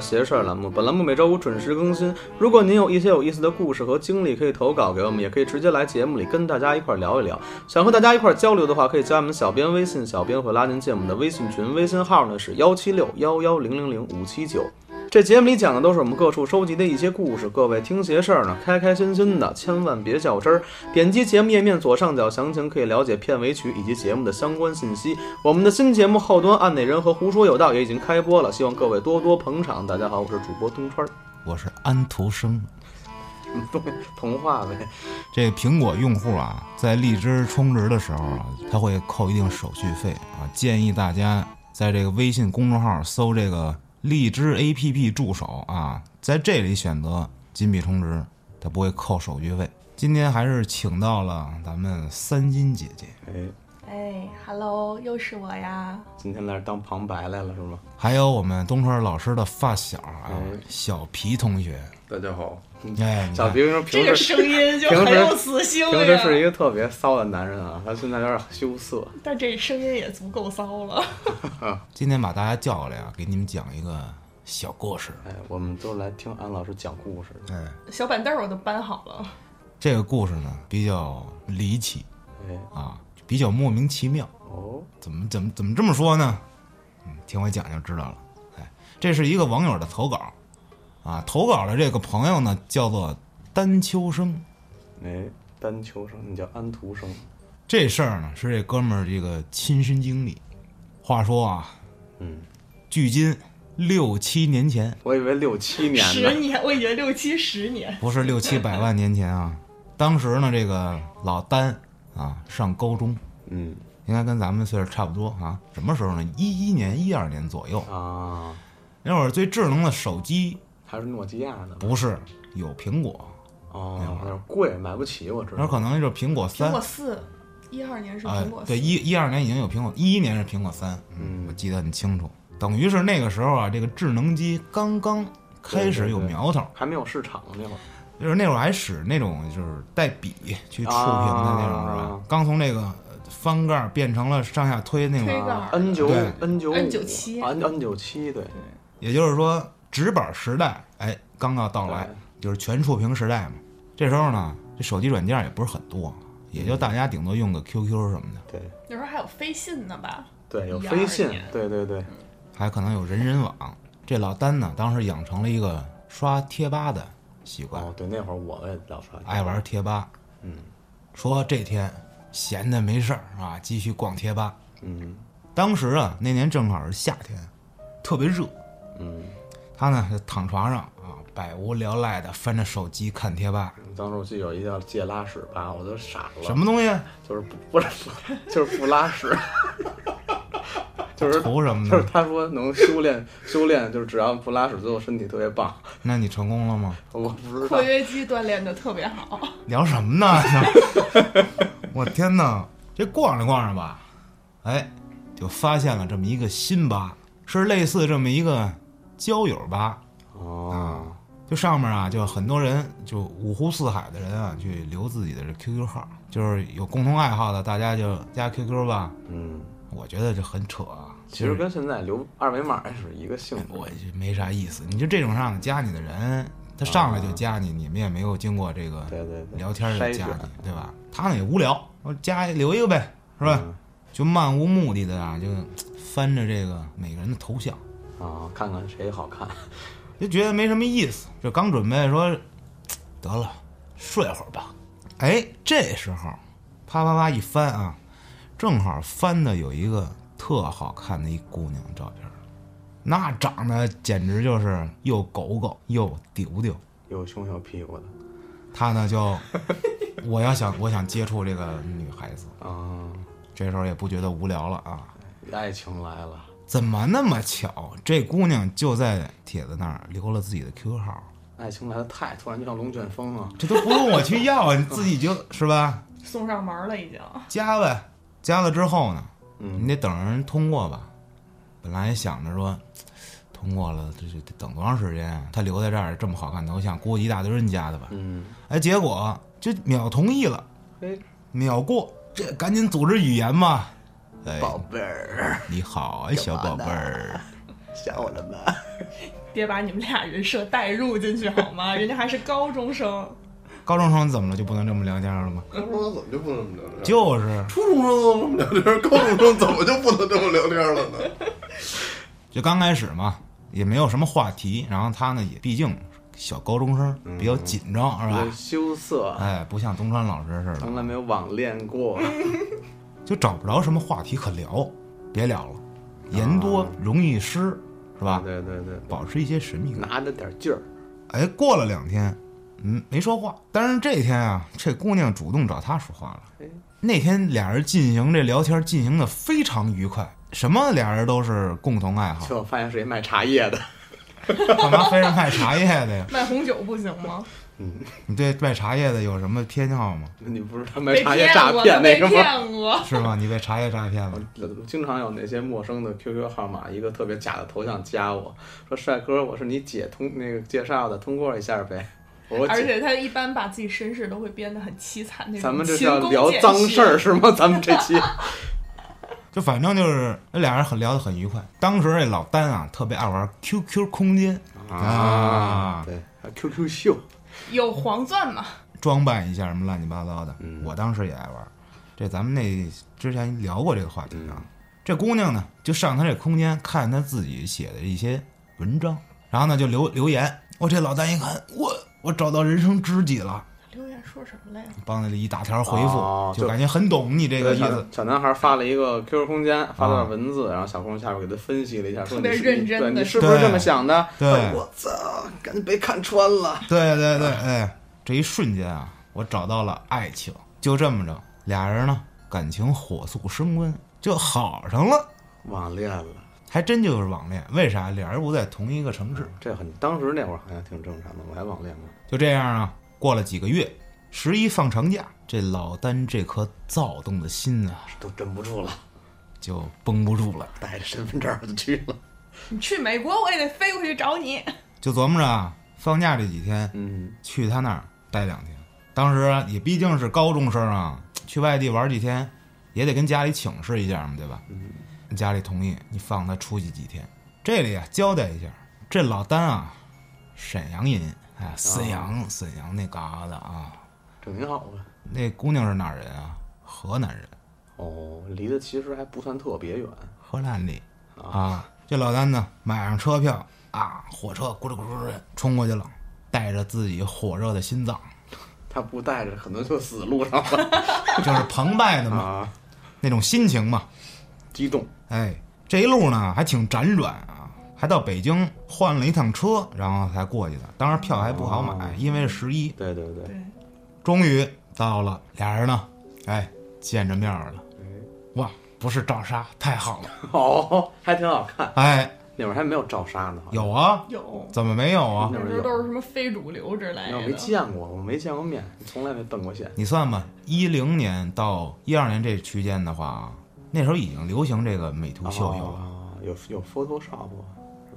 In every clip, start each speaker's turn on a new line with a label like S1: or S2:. S1: 邪事儿栏目。本栏目每周五准时更新。如果您有一些有意思的故事和经历，可以投稿给我们，也可以直接来节目里跟大家一块儿聊一聊。想和大家一块儿交流的话，可以加我们小编微信，小编会拉您进我们的微信群，微信号呢是幺七六幺幺零零零五七九。这节目里讲的都是我们各处收集的一些故事，各位听邪事儿呢，开开心心的，千万别较真儿。点击节目页面左上角详情，可以了解片尾曲以及节目的相关信息。我们的新节目后端《案内人》和《胡说有道》也已经开播了，希望各位多多捧场。大家好，我是主播东川儿，
S2: 我是安徒生。
S1: 童话呗，
S2: 这苹果用户啊，在荔枝充值的时候啊，它会扣一定手续费啊。建议大家在这个微信公众号搜这个荔枝 APP 助手啊，在这里选择金币充值，它不会扣手续费。今天还是请到了咱们三金姐姐，
S1: 哎，
S3: 哎，Hello，又是我呀！
S1: 今天来这当旁白来了是吗？
S2: 还有我们东川老师的发小啊，小皮同学。
S4: 大家好，嗯
S2: 哎，你
S1: 嗯小
S2: 看
S1: 皮说
S3: 这
S1: 平
S3: 个
S1: 时
S3: 声音就
S1: 平
S3: 很
S1: 时
S3: 有磁性
S1: 平时
S3: 呀，
S1: 是一个特别骚的男人啊，他现在有点羞涩。
S3: 但这声音也足够骚了。
S2: 今天把大家叫过来啊，给你们讲一个小故事。
S1: 哎，我们都来听安老师讲故事。
S2: 哎，
S3: 小板凳我都搬好了，
S2: 这个故事呢比较离奇
S1: 哎，
S2: 啊，比较莫名其妙。
S1: 哦，
S2: 怎么怎么怎么这么说呢？嗯，听我讲就知道了。哎，这是一个网友的投稿啊，投稿的这个朋友呢叫做丹秋生。
S1: 哎，单秋生，你叫安徒生，
S2: 这事儿呢是这哥们儿这个亲身经历。话说啊，
S1: 嗯，
S2: 距今六七年前，
S1: 我以为六七年呢
S3: 十。年，我已经六七十年。
S2: 不是六七百万年前啊，当时呢这个老丹啊上高中，
S1: 嗯
S2: 应该跟咱们岁数差不多啊。什么时候呢？一一年、一二年左右，
S1: 啊，
S2: 那会儿最智能的手机
S1: 还是诺基亚呢？
S2: 不是有苹果，
S1: 哦，有点贵，买不起，我知
S2: 那
S1: 道。
S2: 可能就是苹果
S3: 苹
S2: 三
S3: 果四，一二年是
S2: 啊
S3: 苹果，四，
S2: 对，一一二年已经有苹果，一一年是苹果三，
S1: 嗯
S2: 我记得很清楚。等于是那个时候啊，这个智能机刚刚开始有苗头，
S1: 还没有市场那会儿，
S2: 就是那会儿还使那种就是带笔去触屏的那种，是吧
S1: 啊？
S2: 刚从这个呃翻盖变成了上下推那
S3: 推
S2: 个，
S3: 杆
S1: N 九
S2: 对
S1: N 九
S3: N97
S1: N N 九七对，
S2: 也就是说直板时代，哎，刚刚到来
S1: 对，
S2: 就是全触屏时代嘛。这时候呢，这手机软件也不是很多，啊也就大家顶多用个 QQ 什么的，
S1: 对
S3: 那时候还有飞信呢吧？
S1: 对，有
S3: 12
S1: 飞信
S3: 年，
S1: 对对对，
S2: 还可能有人人网。这老丹呢，当时养成了一个刷贴吧的习惯，
S1: 哦对，那会儿我也老刷，
S2: 爱玩贴吧。
S1: 嗯
S2: 说这天闲的没事儿啊，继续逛贴吧。
S1: 嗯
S2: 当时啊，那年正好是夏天，特别热。
S1: 嗯，
S2: 他呢就躺床上啊，百无聊赖的翻着手机看贴吧，
S1: 当时我记得有一叫戒拉屎吧，我都傻了，
S2: 什么东西啊
S1: 就是不不是不就是不拉屎，就是
S2: 图什么
S1: 就是
S2: 的？
S1: 他说能修炼修炼，就是只要不拉屎，最后身体特别棒。括
S2: 那你成功了吗？
S1: 我不知道
S3: 括，约肌锻炼的特别好，
S2: 聊什么呢？ 我天哪！这逛着逛着吧，哎，就发现了这么一个新吧，是类似这么一个交友吧。
S1: 哦，
S2: 就上面啊，就很多人，就五湖四海的人啊，去留自己的这 QQ 号，就是有共同爱好的，大家就加 QQ 吧。
S1: 嗯，
S2: 我觉得这很扯啊，
S1: 其实跟现在留二维码也是一个性质。
S2: 我就没啥意思。你就这种让你加你的人，他上来就加你，你们也没有经过这个
S1: 啊对对对，
S2: 聊天儿
S1: 筛
S2: 就加
S1: 选
S2: 你，对吧？他呢也无聊，我加留一个呗，是吧？
S1: 嗯
S2: 就漫无目的的啊，就翻着这个每个人的头像，
S1: 啊，看看谁好看。
S2: 就觉得没什么意思。这刚准备说，嘖得了，睡会儿吧。哎，这时候，啪啪啪一翻啊，正好翻的有一个特好看的一姑娘照片儿，那长得简直就是又狗狗又丢丢。
S1: 有胸有屁股的
S2: 她呢就，我要想我想接触这个女孩子，
S1: 啊，
S2: 这时候也不觉得无聊了啊。
S1: 爱情来了，
S2: 怎么那么巧？这姑娘就在帖子那儿留了自己的 QQ 号，
S1: 爱情来的太突然，就像龙卷风啊。
S2: 这都不用我去要，你自己就是吧，
S3: 送上门了已经。
S2: 加呗。加了之后呢，你
S1: 嗯，
S2: 得等着人通过吧。本来也想着说，通过了这这得等多长时间啊？她留在这儿这么好看头像，估计一大堆人加的吧。
S1: 嗯，
S2: 哎，结果就秒同意了，
S1: 嘿，
S2: 秒过，这赶紧组织语言嘛。哎，
S1: 宝贝儿，
S2: 你好啊，小宝贝儿。
S1: 想我了吗？
S3: 别把你们俩人设带入进去好吗？人家还是高中生，
S2: 高中生怎么了就不能这么聊天了吗？
S4: 高中生怎么就不能这么聊天儿？
S2: 就是，
S4: 初中生都这么聊天儿，高中生怎么就不能这么聊天儿了呢？
S2: 就刚开始嘛，也没有什么话题，然后他呢也毕竟小高中
S4: 嗯
S2: 生，比较紧张是
S1: 有
S2: 吧？
S1: 羞涩，
S2: 哎，不像东川老师似的
S4: 嗯
S1: 从，来没有网恋过。
S2: 就找不着什么话题可聊，别聊了，
S4: 啊
S2: 言多容易失，是吧？
S1: 对对对，
S2: 保持一些神 秘感。
S1: 拿着点劲儿，
S2: 哎，过了两天，嗯，没说话。但是这天啊，这姑娘主动找他说话了
S1: 哎。
S2: 那天俩人进行这聊天，进行的非常愉快。什么俩人都是共同爱好
S1: 结，果发现是一卖茶叶的，
S2: 干嘛非是卖茶叶的呀？
S3: 卖红酒不行吗？
S2: 你对卖茶叶的有什么偏好吗？
S1: 你不知道卖
S3: 被
S1: 茶叶
S3: 骗
S1: 诈
S3: 过，
S1: 骗那
S3: 被
S1: 个吗？
S3: 骗过。
S2: 是吗？你被茶叶诈骗了？
S1: 我呃经常有那些陌生的 QQ 号码，一个特别假的头像加我说：“帅哥，我是你姐通那个介绍的，通过一下呗。”我说：“
S3: 而
S1: 姐，
S3: 且他一般把自己身世都会编得很凄惨，那种
S1: 咱们这是
S3: 勤
S1: 要
S3: 工
S1: 聊
S3: 俭
S1: 脏
S3: 学
S1: 事儿是吗？ 咱们这期
S2: 就反正就是那俩人很聊得很愉快。当时这老丹啊，特别爱玩 QQ 空间， 啊
S1: 对还有，QQ 秀
S3: 有黄钻嘛？
S2: 装扮一下什么乱七八糟的。
S1: 嗯
S2: 我当时也爱玩儿，这咱们那之前聊过这个话题啊。
S1: 嗯
S2: 这姑娘呢，就上她这空间看她自己写的一些文章，然后呢就留留言。我这老丹一看，我我找到人生知己了，
S3: 留言说什么来着？
S2: 帮她一大条回复，
S1: 哦
S2: 就
S1: 就
S2: 感觉很懂你这个意思。啊
S1: 小男孩发了一个 QQ 空间，发了段文字，然后小空下边给他分析了一下，说
S3: 特别
S1: 你是
S3: 认真
S1: 对
S3: 的
S1: 你是不是这么想的？
S2: 对
S1: 哎我操，赶紧被看穿了。
S2: 对对对，哎，这一瞬间啊，我找到了爱情。就这么着，俩人呢感情火速升温，就好上了，
S1: 网恋了，
S2: 还真就是网恋。为啥？俩人不在同一个城市。
S1: 这很当时那会儿好像挺正常的，我还网恋过。
S2: 就这样啊，过了几个月，十一放长假，这老丹这颗躁动的心啊，
S1: 都镇不住了，
S2: 就绷不住了。
S1: 带着身份证就去了。
S3: 你去美国我也得飞过去找你。
S2: 就琢磨着啊，放假这几天
S1: 嗯，
S2: 去他那儿待两天。当时啊也毕竟是高中生啊，去外地玩几天，也得跟家里请示一下嘛，对吧？家里同意你放他出去几天。这里啊，交代一下，这老丹啊，沈阳人，哎，沈阳，沈阳那嘎达啊，
S1: 整挺好吧？
S2: 那姑娘是哪儿人啊？河南人。
S1: 哦，离得其实还不算特别远。
S2: 荷兰里啊。这老丹呢，买上车票啊，火车咕噜咕噜的冲过去了，带着自己火热的心脏，
S1: 他不带着，可能就死路上了
S2: 就是澎湃的嘛，
S1: 啊！
S2: 那种心情嘛。
S1: 激动，
S2: 哎，这一路呢还挺辗转啊，还到北京换了一趟车，然后才过去的。当然票还不好买，因为是十一。
S1: 对对对，
S3: 对，
S2: 终于到了，俩人呢，哎，见着面了，哇，不是照杀，太好了。
S1: 哦，还挺好看。
S2: 哎，
S1: 那会儿还没有照杀呢，好像
S2: 有啊，
S3: 有
S2: 怎么没有啊？
S1: 那
S3: 那
S1: 会儿
S3: 时候
S1: 有
S3: 都是什么非主流之类
S1: 那我没啊
S3: 的。
S1: 见过，我没见过面，从来没奔过线。
S2: 你算吧，一零年到一二年这区间的话啊，那时候已经流行这个美图秀秀了。
S1: 啊，有有 Photoshop 吗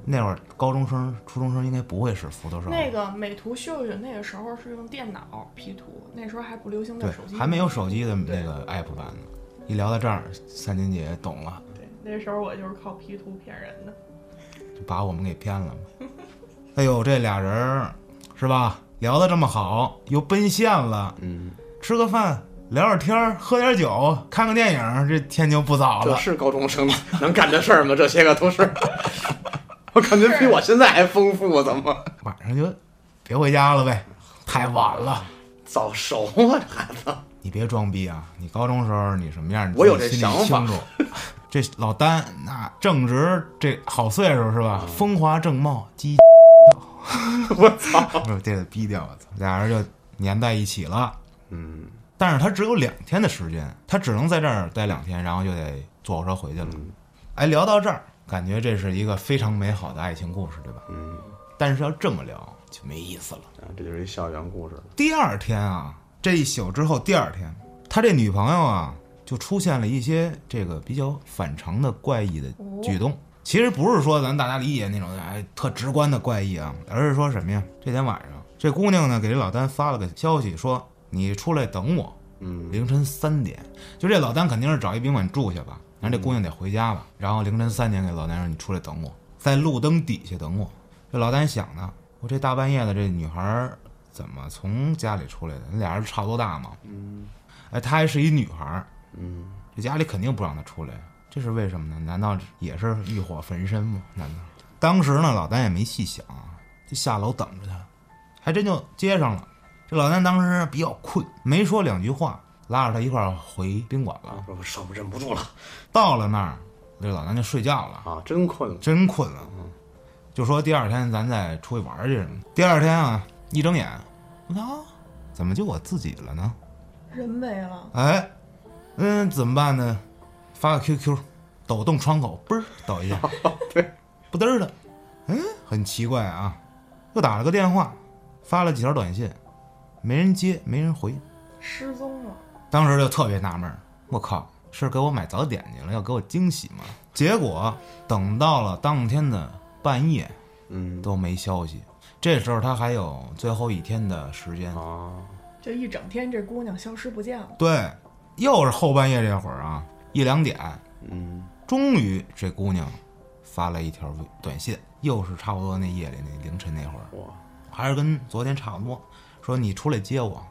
S2: 那会儿高中生、初中生应该不会使 Photoshop，
S3: 那个美图秀秀那个时候是用电脑 P 图，那时候还不流行
S2: 对
S3: 在手，机，
S2: 还没有手机的
S3: 对
S2: 那个 app 版呢。一聊到这儿，三金姐懂了，
S3: 对，那时候我就是靠 P 图骗人的。
S2: 就把我们给骗了嘛。 哎呦，这俩人儿是吧？聊得这么好，又奔现了，
S1: 嗯，
S2: 吃个饭，聊聊天儿，喝点酒，看个电影儿，这天就不早
S1: 这
S2: 了。
S1: 是高中生 能干这事儿吗？这些个都是， 我感觉比我现在还丰富，怎么
S2: 晚上就别回家了呗，太晚了。
S1: 早熟啊？这孩子，
S2: 你别装逼啊！你高中时候你什么样，你
S1: 我有
S2: 自己
S1: 这
S2: 心里
S1: 想法
S2: 清楚。这老丹那正值这好岁数是吧？风华正茂，鸡
S1: 嗯 我操！
S2: 不是 这得逼掉我操！俩人就粘在一起了，
S1: 嗯，
S2: 但是他只有两天的时间，他只能在这儿待两天，然后就得坐火车回去了。
S1: 嗯
S2: 哎，聊到这儿，感觉这是一个非常美好的爱情故事，对吧？
S1: 嗯，
S2: 但是要这么聊就没意思了。
S1: 啊，这就是一校园故事了。
S2: 第二天啊，这一宿之后，第二天，他这女朋友啊，就出现了一些这个比较反常的怪异的举动。其实不是说咱大家理解那种哎特直观的怪异啊，而是说什么呀？这天晚上，这姑娘呢给这老丹发了个消息说：“你出来等我，
S1: 嗯，
S2: 凌晨三点。”就这老丹肯定是找一宾馆住去吧，然后这姑娘得回家吧。然后凌晨三点给老丹说：“你出来等我，在路灯底下等我。”这老丹想呢，我这大半夜的，这女孩儿怎么从家里出来的？那俩人差不多大嘛。嗯。哎，她还是一女孩儿。
S1: 嗯，
S2: 这家里肯定不让她出来，这是为什么呢？难道也是欲火焚身吗？难道？当时呢，老丹也没细想，啊就下楼等着她，还真就接上了。这老丹当时比较困，没说两句话，拉着她一块儿回宾馆了。
S1: 啊我受不忍不住了
S2: 到了那儿，这老丹就睡觉了，
S1: 啊，真困了。
S2: 真困了，就说第二天咱再出去玩儿去什么的。第二天啊，一睁眼，我操，怎么就我自己了呢？
S3: 人没了，
S2: 哎，嗯，怎么办呢？发个 QQ，抖动窗口，嘣儿抖一下，
S1: 对，
S2: 不嘚儿的，嗯，很奇怪啊。又打了个电话，发了几条短信，没人接，没人回。
S3: 失踪了，
S2: 当时就特别纳闷儿，我靠，是给我买早点去了，要给我惊喜吗？结果等到了当天的半夜
S1: 嗯
S2: 都没消息，这时候他还有最后一天的时间。
S1: 啊，
S3: 就一整天这姑娘消失不见了，
S2: 对，又是后半夜这会儿啊，一两点，
S1: 嗯，
S2: 终于这姑娘发了一条微短信，又是差不多那夜里那凌晨那会儿，
S1: 哇，
S2: 还是跟昨天差不多，说你出来接我，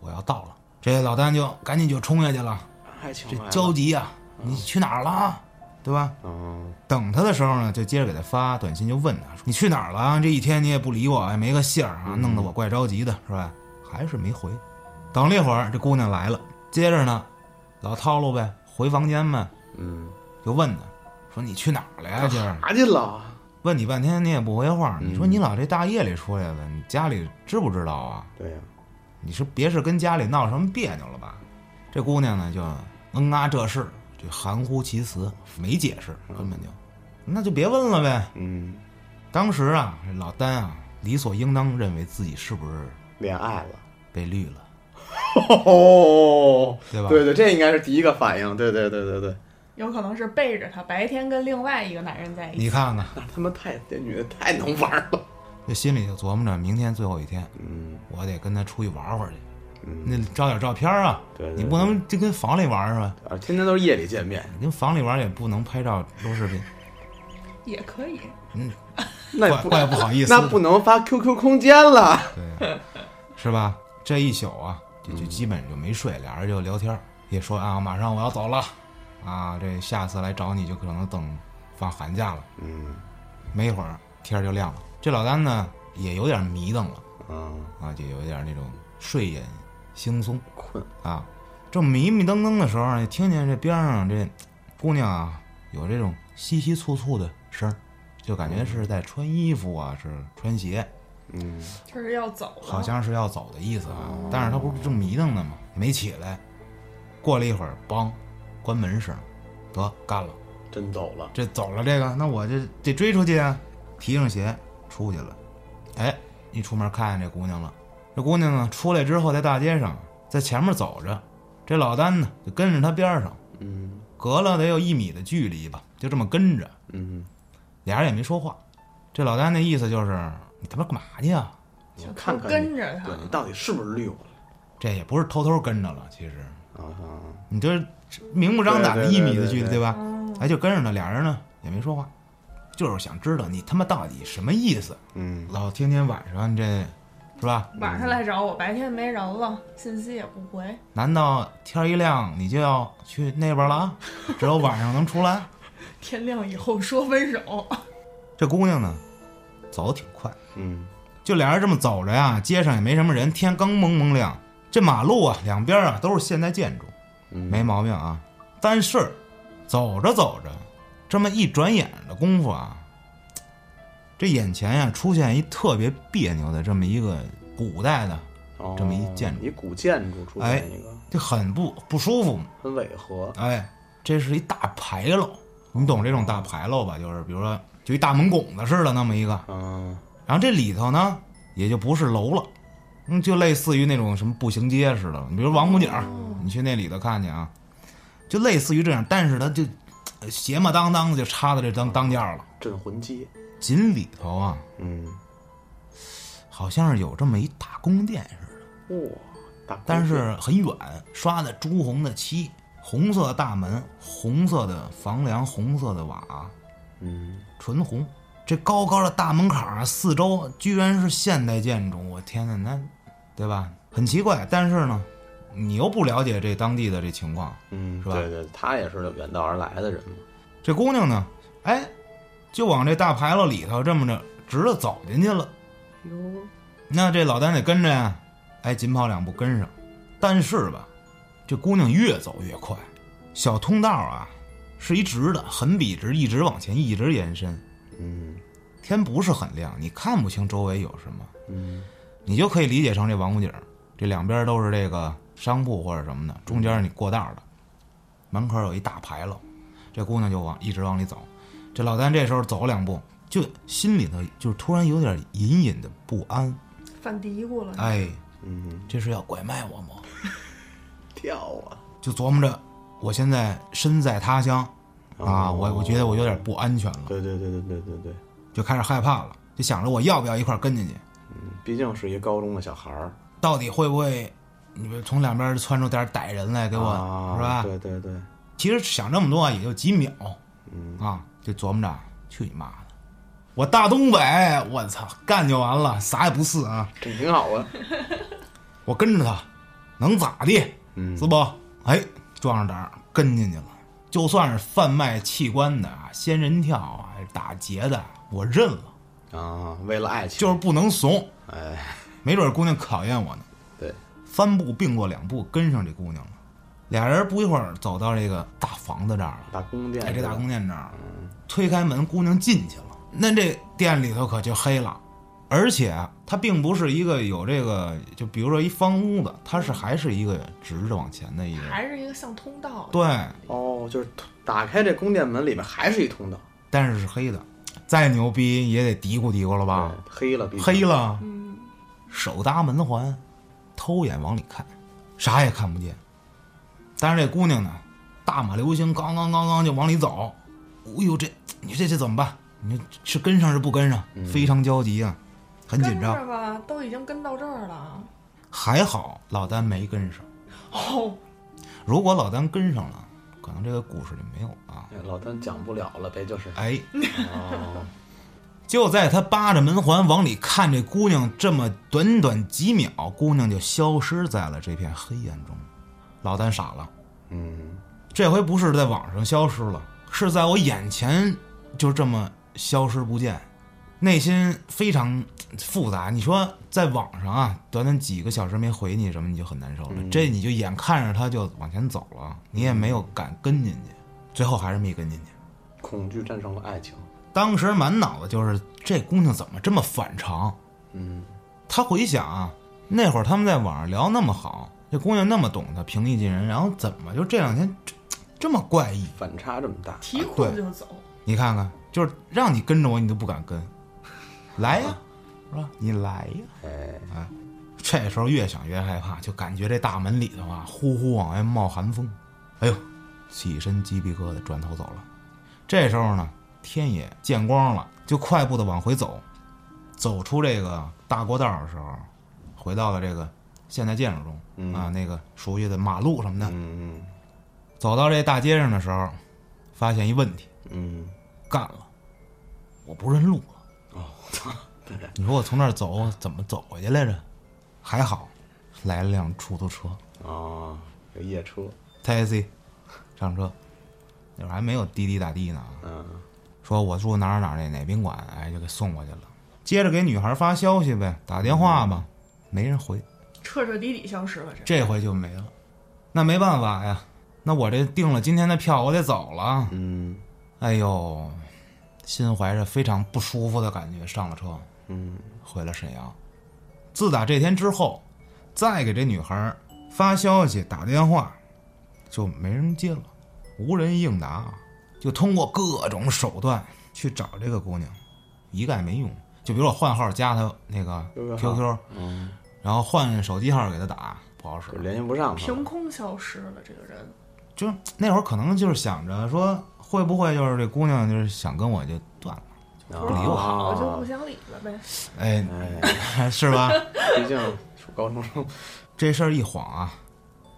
S2: 我要到了。这老丹就赶紧就冲下去了，
S1: 太巧
S2: 这
S1: 了。
S2: 焦急呀、你去哪儿了啊？对吧？
S1: 嗯，
S2: 等他的时候呢，就接着给他发短信，就问他说：“你去哪儿了啊？这一天你也不理我，也没个信儿
S1: 嗯
S2: 啊，弄得我怪着急的，是吧？”还是没回。等了一会儿，这姑娘来了，接着呢，老套路呗，回房间呗，
S1: 嗯，啊
S2: 就问他说：“你去哪儿了呀？今儿
S1: 啥去了？啊
S2: 问你半天你也不回话，
S1: 嗯
S2: 你说你老这大夜里出来的，你家里知不知道啊？
S1: 对呀，
S2: 你是别是跟家里闹什么别扭了吧？”这姑娘呢就嗯啊这事，就含糊其辞，没解释，根本就，那就别问了呗。
S1: 嗯，
S2: 当时啊，这老丹啊，理所应当认为自己是不是
S1: 恋爱了。
S2: 被绿了？
S1: 哦，
S2: 对吧
S1: 对对，这应该是第一个反应。对对对对对，
S3: 有可能是背着她，白天跟另外一个男人
S1: 哎
S3: 在一起。
S2: 你看看，
S1: 那啊他妈太这女的太能玩了。
S2: 这心里就琢磨着，明天最后一天，
S1: 嗯
S2: 我得跟他出去玩会儿去，
S1: 嗯，
S2: 那照点照片啊。
S1: 对对对
S2: 你不能就跟房里玩是吧？
S1: 啊，天天都是夜里见面，
S2: 你跟房里玩也不能拍照录视 频，
S3: 也可以，
S1: 那也
S2: 怪
S1: 不
S2: 怪不好意思的，
S1: 那不能发 QQ 空间了。
S2: 对，是吧？这一宿啊，就
S1: 嗯
S2: 就基本就没睡，俩人就聊天儿，也说啊，马上我要走了，啊，这下次来找你就可能等放寒假了。
S1: 嗯
S2: 没一会儿天儿就亮了，这老丹呢也有点迷瞪了
S1: 嗯，
S2: 啊，就有点那种睡眼惺忪
S1: 困
S2: 啊。正迷迷瞪瞪的时候呢，听见这边上这姑娘啊有这种稀稀猝猝的声儿，就感觉是在穿衣服啊，是穿鞋，
S1: 嗯
S3: 就是要走了，
S2: 好像是要走的意思啊。但是她不是正迷瞪呢吗？没起来。过了一会儿，梆，关门声，得干了。
S1: 真走了。
S2: 这走了这个，那我这得追出去啊！提上鞋出去了，哎，一出门看见这姑娘了。这姑娘呢，出来之后在大街上，在前面走着，这老丹呢就跟着她边上，
S1: 嗯
S2: 隔了得有一米的距离吧，就这么跟着，
S1: 嗯，
S2: 俩人也没说话。这老丹那意思就是你他妈干嘛去啊？
S1: 你
S3: 想
S1: 嗯看
S3: 偷
S1: 看
S3: 跟
S1: 你，
S3: 着
S1: 对
S3: 她，
S1: 你到底是不是绿我了
S2: 这也不是偷偷跟着了，其实
S1: 啊啊？
S2: 你这明目张胆的
S1: 对对对
S2: 一米的
S1: 对
S2: 距离，
S1: 对
S2: 对吧？
S3: 嗯，
S2: 哎，就跟着呢，俩人呢也没说话，就是想知道你他妈到底什么意思。
S1: 嗯
S2: 老天天晚上这，是吧？
S3: 晚上来找我，白天没人了，信息也不回，
S2: 难道天一亮你就要去那边了啊？只有晚上能出来？
S3: 天亮以后说分手，
S2: 这姑娘呢，走得挺快，
S1: 嗯
S2: 就俩人这么走着呀，街上也没什么人，天刚蒙蒙亮。这马路啊，两边啊都是现代建筑，
S1: 嗯，
S2: 没毛病啊。但是走着走着，这么一转眼的功夫啊，这眼前呀、出现一特别别扭的这么一个古代的，
S1: 哦
S2: 这么一建筑
S1: 一古建筑出
S2: 哎
S1: 现一个，
S2: 就很不不舒服。
S1: 很违和。
S2: 哎，这是一大牌楼，你懂这种大牌楼吧？就是比如说，就一大门拱子似的那么一个。
S1: 嗯
S2: 然后这里头呢，也就不是楼了，嗯，就类似于那种什么步行街似的。你比如王府井，你去那里头看去啊，就类似于这样，但是它就呃邪嘛当当的就插到这当当间儿了。
S1: 镇魂街。
S2: 井里头啊，
S1: 嗯，
S2: 好像是有这么一大宫殿似的。
S1: 哇，大宫
S2: 但是很远，刷的朱红的漆，红色的大门，红色的房梁，红色的瓦，
S1: 嗯
S2: 纯红。这高高的大门槛儿，啊四周居然是现代建筑，我天哪，那对吧？很奇怪，但是呢，你又不了解这当地的这情况。
S1: 嗯，
S2: 是吧
S1: 对对，他也是远道而来的人嘛。
S2: 这姑娘呢，哎，就往这大牌楼里头这么着直着走进去了。
S1: 哟，
S2: 那这老丹得跟着呀，哎，紧跑两步跟上。但是吧，这姑娘越走越快，小通道啊是一直的，很笔直，一直往前，一直延伸。
S1: 嗯
S2: 天不是很亮，你看不清周围有什么，
S1: 嗯
S2: 你就可以理解成这王府井儿这两边都是这个商铺或者什么的，中间你过道的，门口有一大牌楼，这姑娘就往一直往里走。这老丹这时候走两步，就心里头就突然有点隐隐的不安，
S3: 犯嘀咕了。
S2: 哎，
S1: 嗯，
S2: 这是要拐卖我吗？
S1: 跳啊！
S2: 就琢磨着，我现在身在他乡啊，
S1: 哦
S2: 我我觉得我有点不安全了，
S1: 对对对对对对对，
S2: 就开始害怕了，就想着我要不要一块儿跟进去，
S1: 毕竟是一高中的小孩儿，
S2: 到底会不会，你们从两边窜出点歹人来给我，
S1: 啊、
S2: 哎是吧？
S1: 对对对，
S2: 其实想这么多啊也就几秒，
S1: 嗯
S2: 啊，就琢磨着，去你妈的，我大东北，我操，干就完了，啥也不是啊，
S1: 这挺好啊。
S2: 我跟着他，能咋地？
S1: 嗯
S2: 是不？哎，壮着胆儿跟进去了。就算是贩卖器官的啊，仙人跳啊，打劫的，我认了，
S1: 啊，为了爱情，
S2: 就是不能怂。
S1: 哎，
S2: 没准儿姑娘考验我呢。
S1: 对，
S2: 三步并作两步跟上这姑娘了，俩人不一会儿走到这个大房子这儿了。
S1: 大宫殿，
S2: 哎，这大宫殿这儿，推开门，姑娘进去了。那这店里头可就黑了，而且啊它并不是一个有这个，就比如说一方屋子，它是还是一个直着往前的一个，
S3: 还是一个像通道，，
S2: 对，
S1: 哦，就是打开这宫殿门，里面还是一通道
S2: 但是是黑的，再牛逼也得嘀咕嘀咕了吧？，
S1: 对黑了，
S2: 黑
S1: 了，
S2: 了，嗯手搭门环，偷眼往里看，啥也看不见。但是这姑娘呢，大马流星，刚刚刚刚就往里走，哎呦这你这这怎么办？你说是跟上是不跟上？非常焦急啊，很紧
S3: 跟
S2: 张。
S3: 着吧，都已经跟到这儿了。
S2: 还好老丹没跟上，
S3: 哦，
S2: 如果老丹跟上了，可能这个故事就没有了。啊
S1: 哎老丹讲不了了呗，就是，
S2: 哎，
S1: 哦，
S2: 就在他扒着门环往里看这姑娘这么短短几秒，姑娘就消失在了这片黑暗中。老丹傻了，
S1: 嗯，
S2: 这回不是在网上消失了，是在我眼前就这么消失不见，内心非常复杂。你说在网上啊，短短几个小时没回你什么，你就很难受了。这你就眼看着他就往前走了，你也没有敢跟进去，最后还是没跟进去。
S1: 恐惧战胜了爱情，
S2: 当时满脑子就是这姑娘怎么这么反常。
S1: 嗯
S2: 他回想啊，那会儿他们在网上聊那么好，这姑娘那么懂他，平易近人，然后怎么就这两天这这么怪异？
S1: 反差这么大，
S3: 提裤子就走，
S2: 你看看，就是让你跟着我，你都不敢跟，来呀，是吧？你来呀！
S1: 哎，
S2: 这时候越想越害怕，就感觉这大门里头啊，呼呼往外冒寒风。哎呦，起身鸡皮疙瘩，转头走了。这时候呢，天也见光了，就快步的往回走。走出这个大过道的时候，回到了这个现代建筑中、
S1: 嗯
S2: 啊，那个熟悉的马路什么的。
S1: 嗯
S2: 走到这大街上的时候，发现一问题，
S1: 嗯嗯，
S2: 干了，我不认路了。
S1: 哦，操，对，
S2: 你说我从那儿走，我怎么走回去来着？还好，来了辆出租车
S1: 哦，有夜车，
S2: ，taxi，上车。那会儿还没有滴滴打的呢，
S1: 嗯
S2: 说我住哪儿哪儿哪哪宾馆，哎，就给送过去了。接着给女孩发消息呗，打电话吧，没人回，
S3: 彻彻底底消失了。这
S2: 这回就没了。那没办法呀，那我这订了今天的票，我得走了。
S1: 嗯
S2: 哎呦，心怀着非常不舒服的感觉，上了车。
S1: 嗯，
S2: 回了沈阳。自打这天之后，再给这女孩儿发消息、打电话，就没人接了，无人应答，啊就通过各种手段去找这个姑娘，一概没用。就比如我换号加她那个
S1: QQ
S2: QQ，
S1: 嗯，
S2: 然后换手机号给她打，不好使
S1: 就。联系不上他啊
S3: 凭
S1: 了，
S3: 空消失了，这个人
S2: 就是那会儿可能就是想着说，会不会就是这姑娘就是想跟我就断了？
S1: 不
S3: 不是不好就不
S1: 啊，
S3: 想理了呗。
S2: 哎，
S1: 哎，
S2: 是吧？
S1: 毕竟是高中生，
S2: 这事儿一晃啊，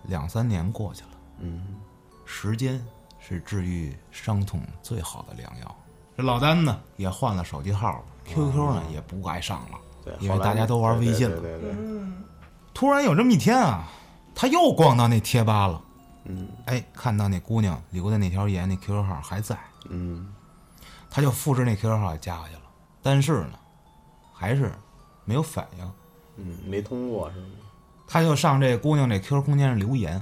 S2: 两三年过去了。
S1: 嗯
S2: 时间是治愈伤痛最好的良药。这老丹呢也换了手机号了，QQ 呢也不爱上了。
S1: 对，
S2: 因为
S1: 后来
S2: 大家都玩微信了
S1: 对对对对对
S3: 嗯，
S2: 突然有这么一天啊，他又逛到那贴吧了，
S1: 嗯
S2: 哎，看到那姑娘留的那条言，那 QQ 号还在，
S1: 嗯，
S2: 他就复制那 QQ 号加过去了。但是呢，还是没有反应。
S1: 嗯，没通过是吗？
S2: 他就上这姑娘这 QQ 空间上留言：“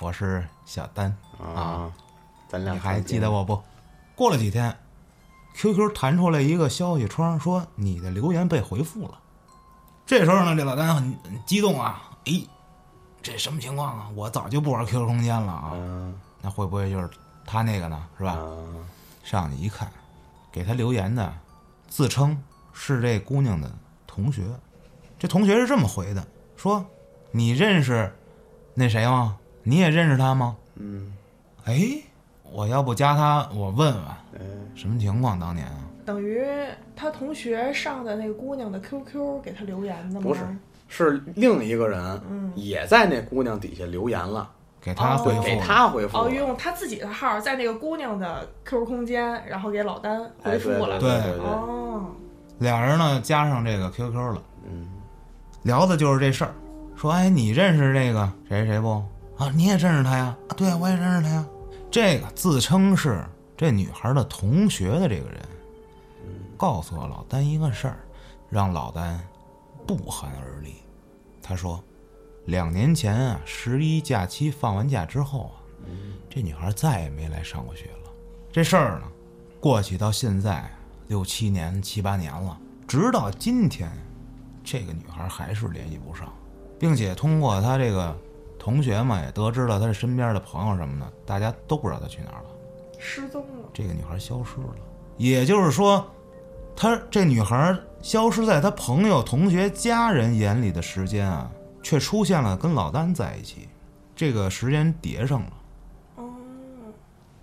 S2: 我是小丹，
S1: 啊，咱俩
S2: 你还记得？我不？”过了几天，QQ 弹出来一个消息窗，说你的留言被回复了。这时候呢，这老丹很很激动啊，哎，这什么情况啊？我早就不玩 QQ 空间了啊，
S1: 嗯
S2: 那会不会就是他那个呢？是吧？
S1: 啊，
S2: 上去一看，给他留言的自称是这姑娘的同学。这同学是这么回的：说你认识那谁吗？你也认识他吗？
S1: 嗯，
S2: 哎，我要不加他，我问问
S1: 哎，
S2: 什么情况？当年啊，
S3: 等于他同学上的那个姑娘的 QQ 给他留言的吗？
S1: 不是是另一个人
S3: 嗯
S1: 也在那姑娘底下留言了，
S2: 给他回
S3: 哦
S2: 复，
S1: 给他回复
S3: 哦，
S1: 了。
S3: 用他自己的号在那个姑娘的 QQ 空间，然后给老丹
S1: 哎，
S3: 回复
S1: 对
S3: 了。
S1: 对
S2: 对
S1: 对对，
S3: 哦，
S2: 俩人呢加上这个 QQ 了，
S1: 嗯，
S2: 聊的就是这事儿。说，哎，你认识这个谁谁谁不？啊，你也认识他呀？啊，对啊，我也认识他呀。这个自称是这女孩的同学的这个人，告诉了老丹一个事儿，让老丹不寒而栗。他说，两年前啊，十一假期放完假之后啊，这女孩再也没来上过学了。这事儿呢，过去到现在六七年、七八年了，直到今天，这个女孩还是联系不上，并且通过她这个同学嘛，也得知了她身边的朋友什么的，大家都不知道她去哪儿了。
S3: 失踪了。
S2: 这个女孩消失了，也就是说，她这女孩消失在她朋友、同学、家人眼里的时间啊，却出现了跟老丹在一起，这个时间叠上了。
S3: 哦，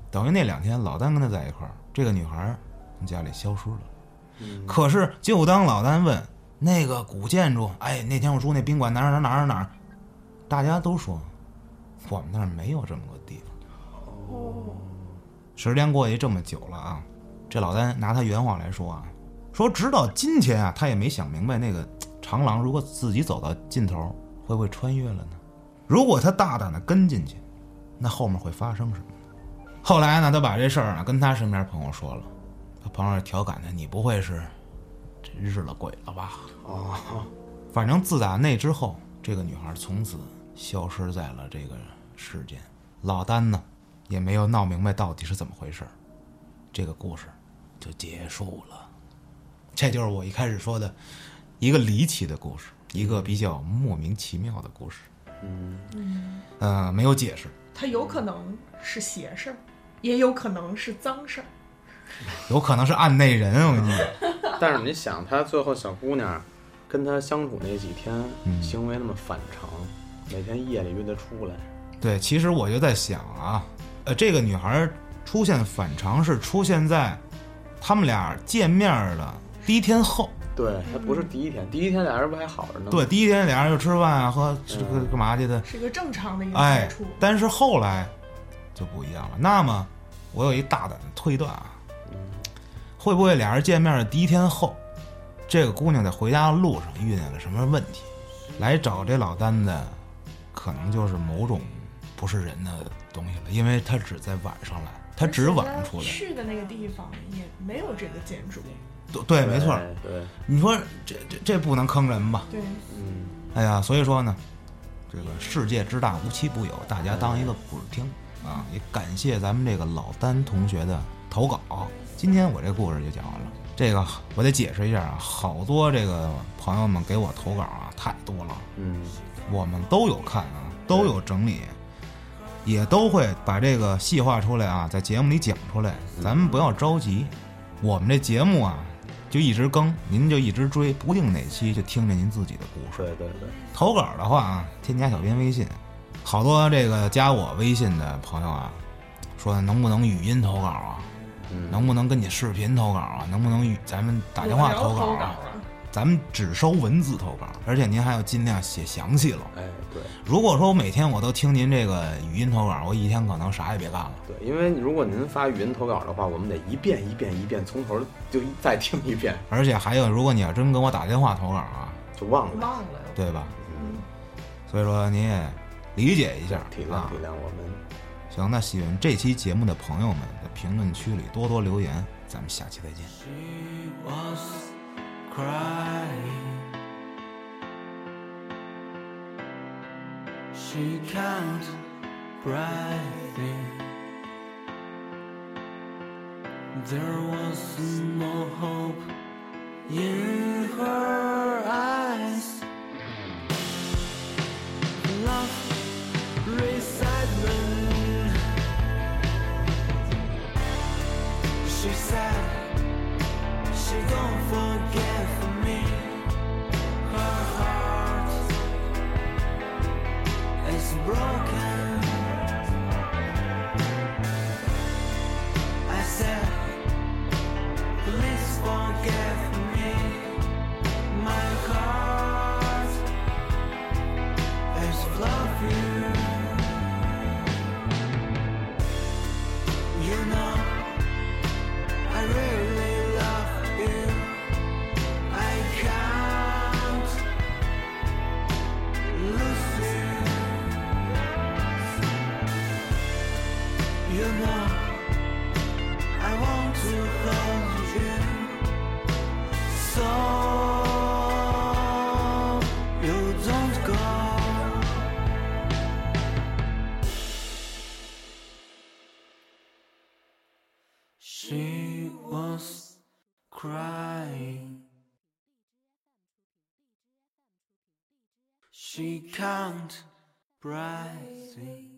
S2: 等于那两天老丹跟他在一块儿，这个女孩儿从家里消失了。可是就当老丹问那个古建筑，哎，那天我住那宾馆哪儿哪儿哪儿哪儿，大家都说我们那儿没有这么个地方。
S3: 哦，
S2: 时间过去这么久了啊，这老丹拿他原话来说啊，说直到今天啊，他也没想明白那个嘖长廊如果自己走到尽头，会不会穿越了呢？如果他大胆的跟进去，那后面会发生什么呢？后来呢，他把这事儿啊跟他身边朋友说了，他朋友调侃他：“你不会是这日了鬼了吧？”
S1: 哦，
S2: 反正自打那之后，这个女孩从此消失在了这个世间。老丹呢，也没有闹明白到底是怎么回事儿，这个故事就结束了。这就是我一开始说的一个离奇的故事，一个比较莫名其妙的故事。嗯，呃，没有解释，
S3: 他有可能是邪事儿，也有可能是脏事儿。
S2: 有可能是案内人。我跟你讲，
S1: 但是你想，他最后小姑娘跟他相处那几天，
S2: 嗯
S1: 行为那么反常，每天夜里约他出来，
S2: 对，其实我就在想啊，呃，这个女孩出现反常是出现在他们俩见面的第一天后。
S1: 对他
S3: 嗯
S1: 不是第一天，第一天俩人不还好着呢？
S2: 对，，第一天俩人就吃饭啊，喝这个干嘛去的？
S3: 是一个正常的一个
S2: 哎
S3: 接触。，
S2: 但是后来就不一样了。那么，我有一大胆的推断啊，会不会俩人见面的第一天后，这个姑娘在回家的路上遇见了什么问题，来找这老丹的，可能就是某种不是人的东西了，因为她只在晚上来，她只晚上出
S3: 而
S2: 来
S3: 且他。去的那个地方也没有这个建筑。
S2: 对对，没错儿。
S1: 哎对，
S2: 你说这这这不能坑人吧？
S3: 对，
S1: 嗯，
S2: 哎呀，所以说呢，这个世界之大无奇不有，大家当一个故事听啊！也感谢咱们这个老丹同学的投稿。今天我这故事就讲完了。这个我得解释一下啊，好多这个朋友们给我投稿啊，太多了，
S1: 嗯，
S2: 我们都有看啊，都有整理，也都会把这个细化出来啊，在节目里讲出来。咱们不要着急，我们这节目啊就一直更，您就一直追，不定哪期就听着您自己的故事。
S1: 对对对，
S2: 投稿的话啊，添加小编微信，好多这个加我微信的朋友啊，说能不能语音投稿啊，
S1: 嗯，
S2: 能不能跟你视频投稿啊，能不能与咱们打电话
S3: 有聊
S2: 投稿
S3: 投
S2: 啊？
S3: 啊，
S2: 咱们只收文字投稿，而且您还要尽量写详细了。
S1: 哎，对
S2: 如果说我每天我都听您这个语音投稿，我一天可能啥也别干了。
S1: 对，因为如果您发语音投稿的话，我们得一遍一遍一遍从头就再听一遍，
S2: 而且还有，如果你要真跟我打电话投稿啊，
S1: 就忘了。
S3: 忘了。
S2: 对吧？
S1: 嗯，
S2: 所以说您也理解一下，
S1: 体谅
S2: 啊
S1: 体。谅我们。
S2: 行，那喜欢这期节目的朋友们，在评论区里多多留言，咱们下期再见。
S5: She was crying. She can't breathe. There was no hope in her eyes. Love, resentment. She said. She don't forgive me. Her heart is broken. I said, please forgive me. My heart is loving. You know. I really love you. I can't lose you. You know, I want to hold you. So you don't go. She was crying. She can't breathe.